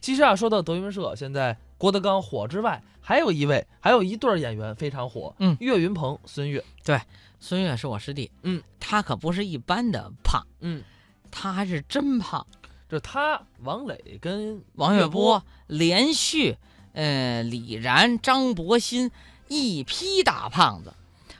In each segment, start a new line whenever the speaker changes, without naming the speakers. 其实啊，说到德云社，现在郭德纲火之外，还有一位，还有一对儿演员非常火，
嗯
岳云鹏、孙越，
孙越是我师弟，
嗯，
他可不是一般的胖，
嗯，
他还是真胖。
这他、王磊跟
王
岳
岳波连续，呃，李然、张伯鑫一批大胖子。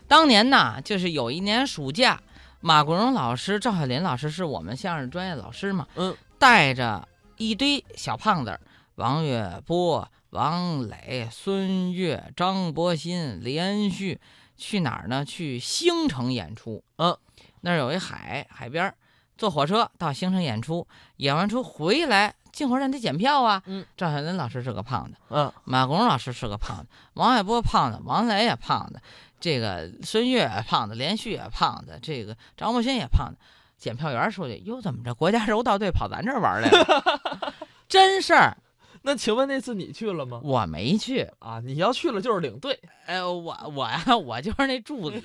当年呐，就是有一年暑假，马国荣老师、赵小林老师是我们相声专业老师嘛，
嗯，
带着一堆小胖子儿，王岳波、王磊、孙越、张伯鑫连续去哪儿呢？去兴城演出。
嗯，
那儿有一海海边儿，坐火车到兴城演出，演完出回来，进火车站得检票啊。
嗯，
赵小林老师是个胖子，
嗯
马国荣老师是个胖子，王小波胖子，王雷也胖子，这个孙越也胖子，连续也胖子，这个张伯鑫也胖子。检票员说去，哟，怎么着？国家柔道队跑咱这儿玩来了？ 真事儿，
那请问那次你去了吗？
我没去。
啊，你要去了就是领队，
哎，我我呀，我就是那助理，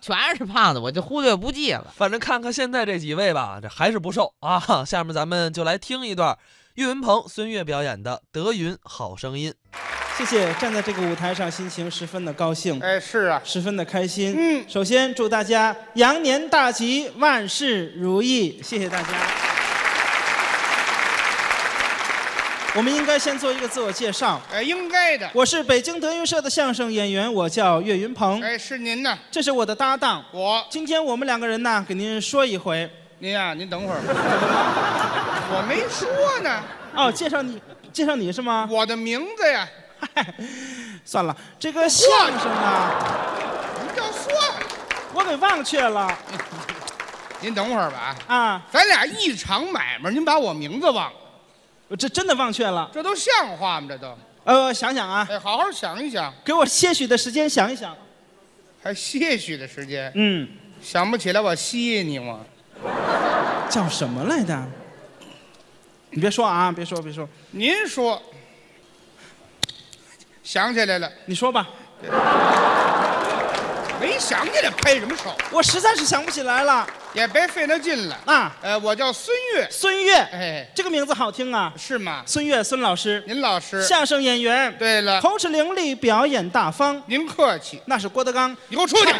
全是胖子，我就忽略不计了。
反正看看现在这几位吧，这还是不瘦啊。下面咱们就来听一段岳云鹏、孙越表演的《德云好声音》。
谢谢，站在这个舞台上，心情十分的高兴，
哎，是啊，
十分的开心。
嗯
首先祝大家羊年大吉，万事如意，谢谢大家。我们应该先做一个自我介绍，
哎，应该的。
我是北京德云社的相声演员，我叫岳云鹏，
哎，是您呐，
这是我的搭档。
我
今天我们两个人呢，给您说一回
您呀、您等会儿，我没说呢，
哦，介绍你，介绍你是吗？
我的名字呀，
嗨，算了，这个相声啊，
什么叫算了？
我给忘却了
您等会儿吧啊，
啊，
咱俩一场买卖，您把我名字忘了，
我这真的忘却了。
这都像话吗？这都，
呃，我想想啊，
哎，好好想一想，
给我些许的时间想一想。
还些许的时间，
嗯，
想不起来我吸你吗？
叫什么来着？你别说啊，别说，别说，
您说，想起来了，
你说吧，
没想起来拍什么手，
我实在是想不起来了
也别费那劲了。
啊。
哎，我叫孙越，
孙越，
哎，
这个名字好听啊。
是吗？
孙越，孙老师，
您老师。
相声演员，
对了，
口齿伶俐，表演大方，
您客气，
那是郭德纲。
你给我出去！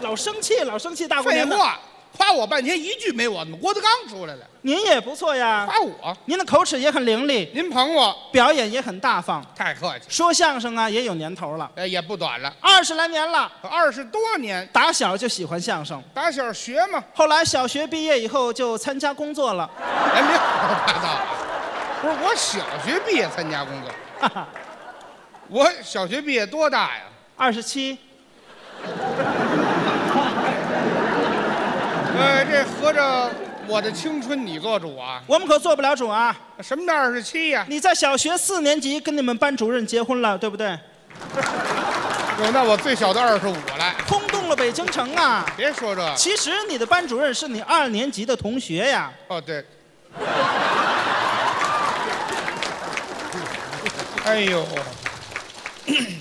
老生气，老生气，大过
废
年的，
话，夸我半天一句没我，怎么郭德纲出来了？
您也不错呀，
夸我，
您的口齿也很伶俐，
您捧我，
表演也很大方，
太客气，
说相声啊也有年头了，
哎，也不短了，
二十来年了，
二十多年，
打小就喜欢相声。
打小学嘛，
后来小学毕业以后就参加工作了，
哎，别胡说八道啊！不是，我小学毕业参加工作，
哈哈，
我小学毕业多大呀？
二十七，
呃，这合着我的青春你做主啊？
我们可做不了主啊！
什么叫二十七呀？
你在小学四年级跟你们班主任结婚了，对不对？
有那我最小的二十五了。
轰动了北京城啊！
别说这个，
其实你的班主任是你二年级的同学呀，
哦对。 哎呦，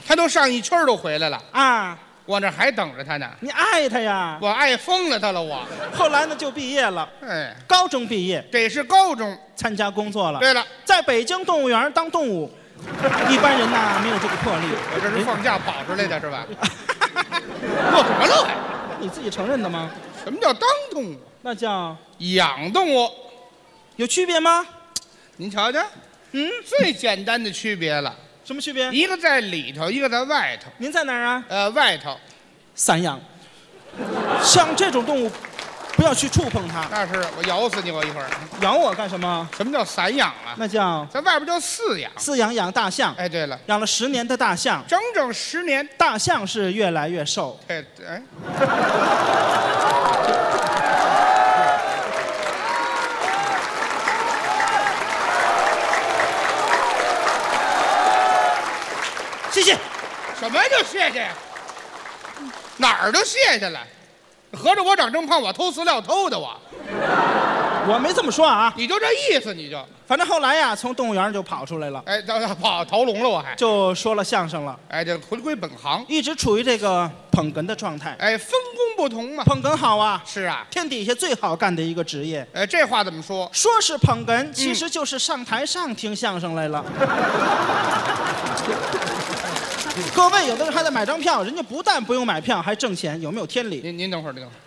他都上一圈儿都回来了，
啊，
我那还等着他呢，
你爱他呀。
我爱疯了他了我。
后来呢就毕业了，
哎，
高中毕业
这是高中。
参加工作了，
对了，
在北京动物园当动物，一般人呐没有这个魄力。哎
我这是放假跑出来的是吧？ 乐什么乐呀？
你自己承认的吗？
什么叫当动物？
那叫
养动物？
有区别吗？
您瞧瞧，
嗯，
最简单的区别了，
什么区别？
一个在里头，一个在外头。
您在哪儿啊？
呃，外头
散养。像这种动物，不要去触碰它，
那是我咬死你我一会儿。
养我干什么？
什么叫散养啊？
那叫
在外边叫饲养。
饲养养大象，
哎，对了，
养了十年的大象，
整整十年。
大象是越来越瘦。
哎哎，
谢谢。
什么叫谢谢呀？哪儿都谢谢了，合着我长这么胖，我偷饲料偷的我。
我没这么说啊。
你就这意思，你就
反正后来呀，从动物园就跑出来了，
哎，到到跑逃笼了，我还
就说了相声了，
哎，这回归本行，
一直处于这个捧哏的状态。
哎，分工不同嘛。
捧哏好啊，
是啊，
天底下最好干的一个职业。
哎，这话怎么说？
说是捧哏，其实就是上台上听相声来了。 各位，有的人还得买张票，人家不但不用买票，还挣钱，有没有天理？
您您等会儿，您等会儿，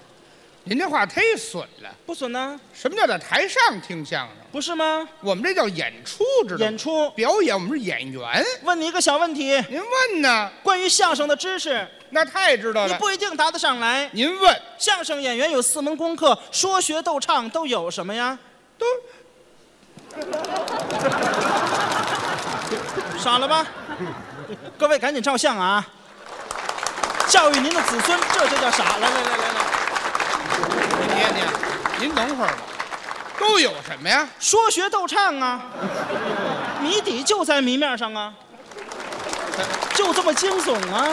您这话忒损了。
不损呢，
什么叫在台上听相声？
不是吗？
我们这叫演出，知道
演
吗？
出。
表演，我们是演员。
问你一个小问题，
您问呢？
关于相声的知识，
那太知道
你
了。
不一定答得上来。
您问
相声演员有四门功课，说学逗唱都有什么呀？
都
傻了吧？各位赶紧照相啊！教育您的子孙，这就叫傻了。来来来来，
您您您，您等会儿吧。都有什么呀？
说学逗唱啊，谜底就在谜面上啊，就这么惊悚啊！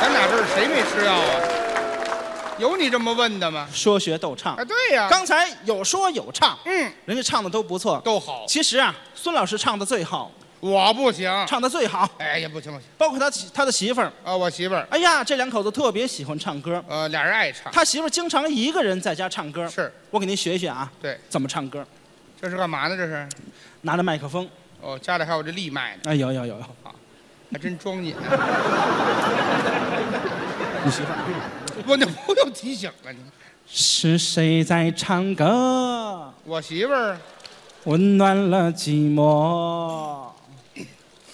咱俩这儿谁没吃药啊？有你这么问的吗？
说学逗唱
啊，，对呀、
刚才有说有唱，
嗯，
人家唱的都不错。
都好，
其实啊，孙老师唱的最好，
我不行。
唱的最好，
哎呀，不行不行
包括他媳他的媳妇儿。
啊！我媳妇儿，
哎呀，这两口子特别喜欢唱歌，
呃，俩人爱唱，
他媳妇儿经常一个人在家唱歌。
是
我给您学学啊，
对，
怎么唱歌，
这是干嘛呢？这是，
拿着麦克风。
哦，家里还有这立麦呢，
哎，有有有有，
还真装你。
你媳妇儿
我那不用提醒了你，
是谁在唱歌，
我媳妇儿
温暖了寂寞？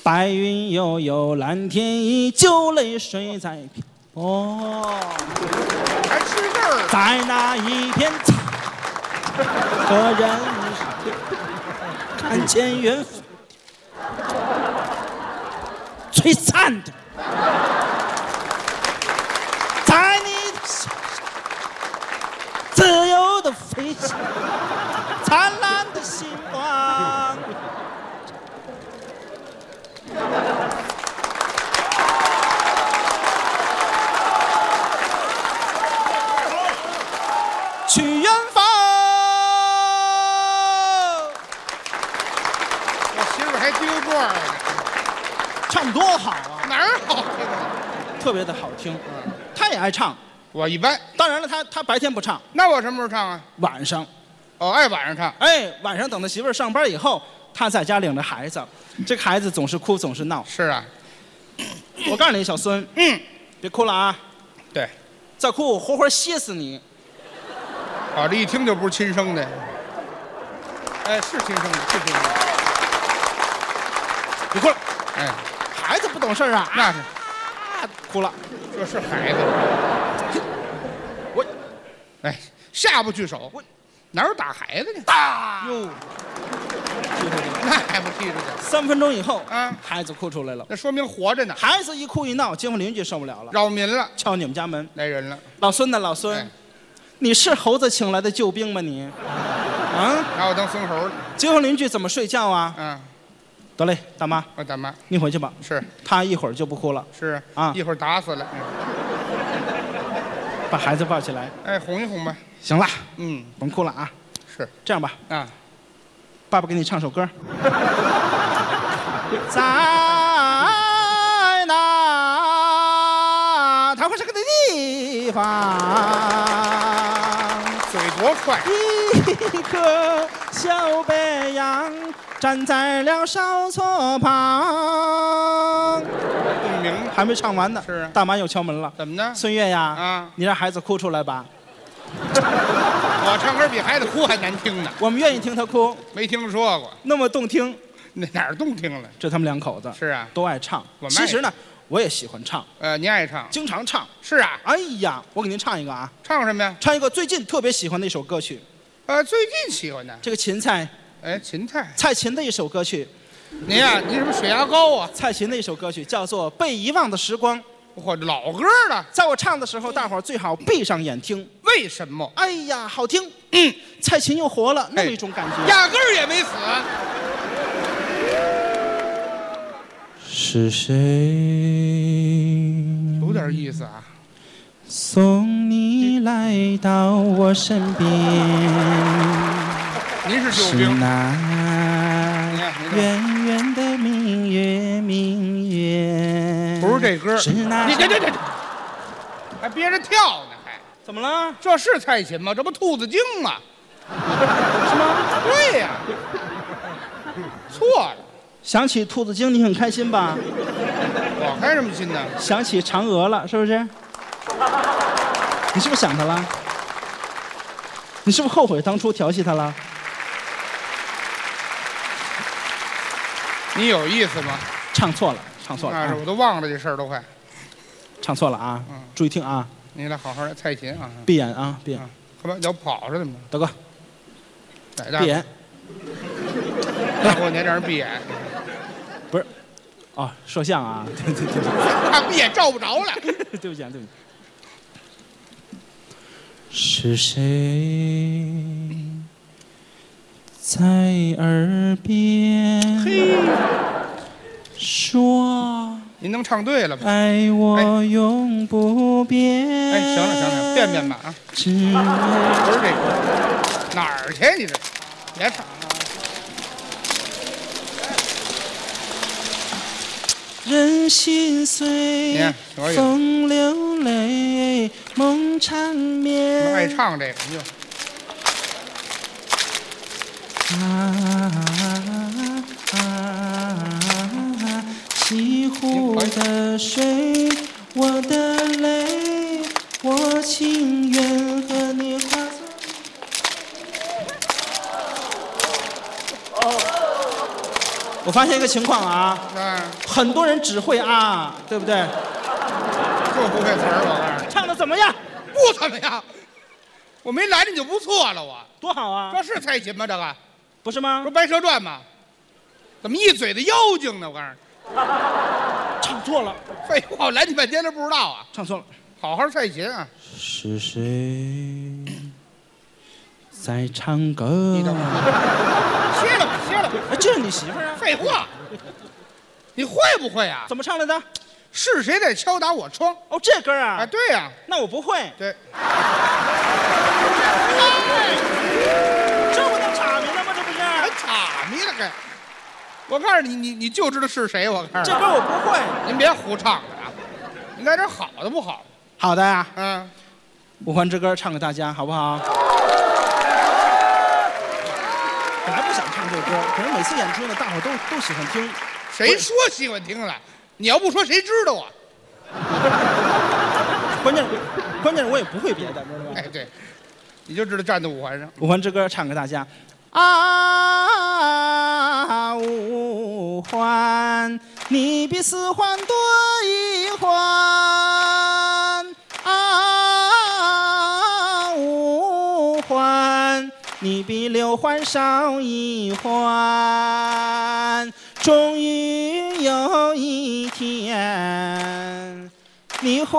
白云悠悠，蓝天依旧，泪水在飘。哦，
还吃字儿，
在那一片草，和人看见远方，璀璨的，在你的身上自由的飞翔，灿烂的星光。去远方，
我媳妇儿还丢罐儿
唱多好啊，
呢，哪儿好这个？
特别的好听。嗯他也爱唱，
我一般，
当然了，他他白天不唱，
那我什么时候唱啊？
晚上，
哦，爱晚上唱，
哎，晚上等他媳妇儿上班以后，他在家领着孩子，这个孩子总是哭，总是闹。
是啊，
我告诉你，小孙，
嗯，
别哭了啊，
对，
再哭我活活歇死你。
啊，这一听就不是亲生的，哎，是亲生的，是亲生的，
别哭了，
哎，
孩子不懂事儿啊，
那是，
啊哭了。
这是孩子，
我，
哎，下不去手，
我啊
哪有打孩子的？打哟，
哟，
那还不踢出去？
三分钟以后，
啊
孩子哭出来了。
那说明活着呢，
孩子一哭一闹，街坊邻居受不了了，
扰民了，
敲你们家门。
来人了，
老孙呐，老孙，
哎
你是猴子请来的救兵吗你？啊，
拿我当孙猴了，
街坊邻居怎么睡觉啊？
嗯，
得嘞，大妈，
我大妈
您回去吧。
是
他一会儿就不哭了，
是
啊
一会儿打死了，嗯
把孩子抱起来。
哎，哄一哄吧，
行了，
嗯，
甭哭了啊。
是
这样吧，
啊，
爸爸给你唱首歌。 在那桃花盛开的地方。
嘴多快，
一个小白杨站在了哨所旁，
共鸣
还没唱完呢，
是啊
大妈又敲门了。
怎么呢？
孙悦呀，
啊
你让孩子哭出来吧，
我唱歌比孩子哭还难听呢，
我们愿意听他哭，
没听说过，
那么动听。
那哪儿动听了？
这他们两口子
是啊，
都爱唱
我。们
其实呢，我也喜欢唱，
呃，您爱唱
经常唱。
是啊，
哎呀，我给您唱一个啊，
唱什么呀？
唱一个最近特别喜欢的一首歌曲，
呃，最近喜欢的，
这个芹菜
哎，芹菜。
蔡琴的一首歌曲，
您呀、您是不是血压高啊？
蔡琴的一首歌曲叫做《被遗忘的时光》。
嚯，老歌了，
在我唱的时候，大伙儿最好闭上眼听。
为什么？
哎呀，好听！嗯，哎蔡琴又活了，那么一种感觉。
压根儿也没死。
是谁
有点意思啊，
送你来到我身边，
您是救
是
兵，
那
你看没弄
圆圆的明月，明月。
不是这歌儿。
是那
你这这这，还憋着跳呢，还
怎么了？
这是蔡琴吗？这不兔子精吗？ 是吗？对呀、错了，
想起兔子精，你很开心吧？
我开什么心呢？
想起嫦娥了，是不是？ 你是不是想他了？你是不是后悔当初调戏他了？
你有意思吗？
唱错了，唱错了、
那
啊
是，我都忘了这事儿都快。
唱错了啊！
嗯
注意听啊，
你来好好来蔡琴啊，
闭眼啊，闭眼，
啊干嘛要跑着怎么着？
大哥，
在大
闭眼。
大过年让人闭眼，
哦，摄像啊， 对对对
他啊闭眼照不着了。
对，对不起啊，对不起。是谁在耳边说
您能唱对了吗？
爱我永不变？
哎，行了行了，变变吧啊，
只爱
不是这个，哪儿去你这？别唱了，
人心
你
碎
看，一会儿有
风流泪，梦缠绵。
爱唱这个，你就
啊，西湖的水，我的泪，我情愿和你化作。哦我发现一个情况啊，
啊，
很多人只会啊，对不对？
就不会词儿，我告诉你，
唱的怎么样？
不怎么样。我没来你就不错了，我
多好啊，
这是蔡琴吗？这个
不是吗
不是？《白蛇传》吗？怎么一嘴的妖精呢？我告诉你，
唱错了，
废话，我来你半天都不知道啊！
唱错了。
好好蔡琴啊，
是谁在唱歌？
你等会歇了吧，歇了吧。
哎，这是你媳妇儿啊？
废话，你会不会啊？
怎么唱来的？
是谁在敲打我窗？
哦，这歌啊
啊，对呀、
那我不会，
对，哎
这不能岔明了吗？这不
还
是？
卡迷了还。我告诉你，你你就知道是谁。我告诉
这歌我不会。
你，您别胡唱了啊！您来点好的不好？
好的啊呀、
嗯，
五环之歌》唱给大家，好不好？本来不想唱这歌，可是每次演出呢，大伙都都喜欢听。
谁说喜欢听了？你要不说谁知道啊？
关键是，关键是我也不会别的，知道吗
哎，？对，你就知道站在五环上。
五环之歌唱给大家。啊，五环，你比四环多一环。啊，五环，你比六环少一环。终于有一天。你会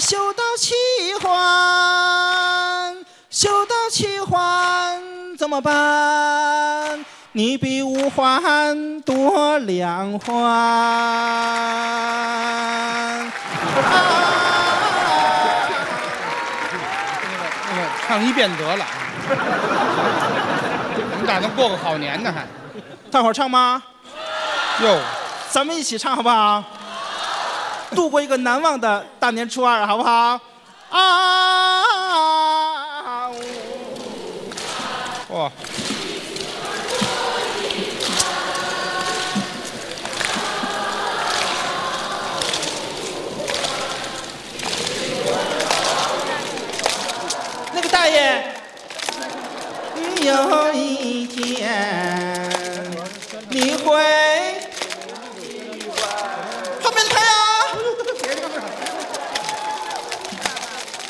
修到七环，修到七环怎么办？你比五环多两环。啊
那个哎唱一遍得了， 我们打算过个好年呢，还
大伙儿唱吗？
哟，
咱们一起唱好不好？度过一个难忘的大年初二，好不好？啊！
哇，
那个大爷，有一天你会放鞭炮呀，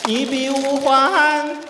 你比五环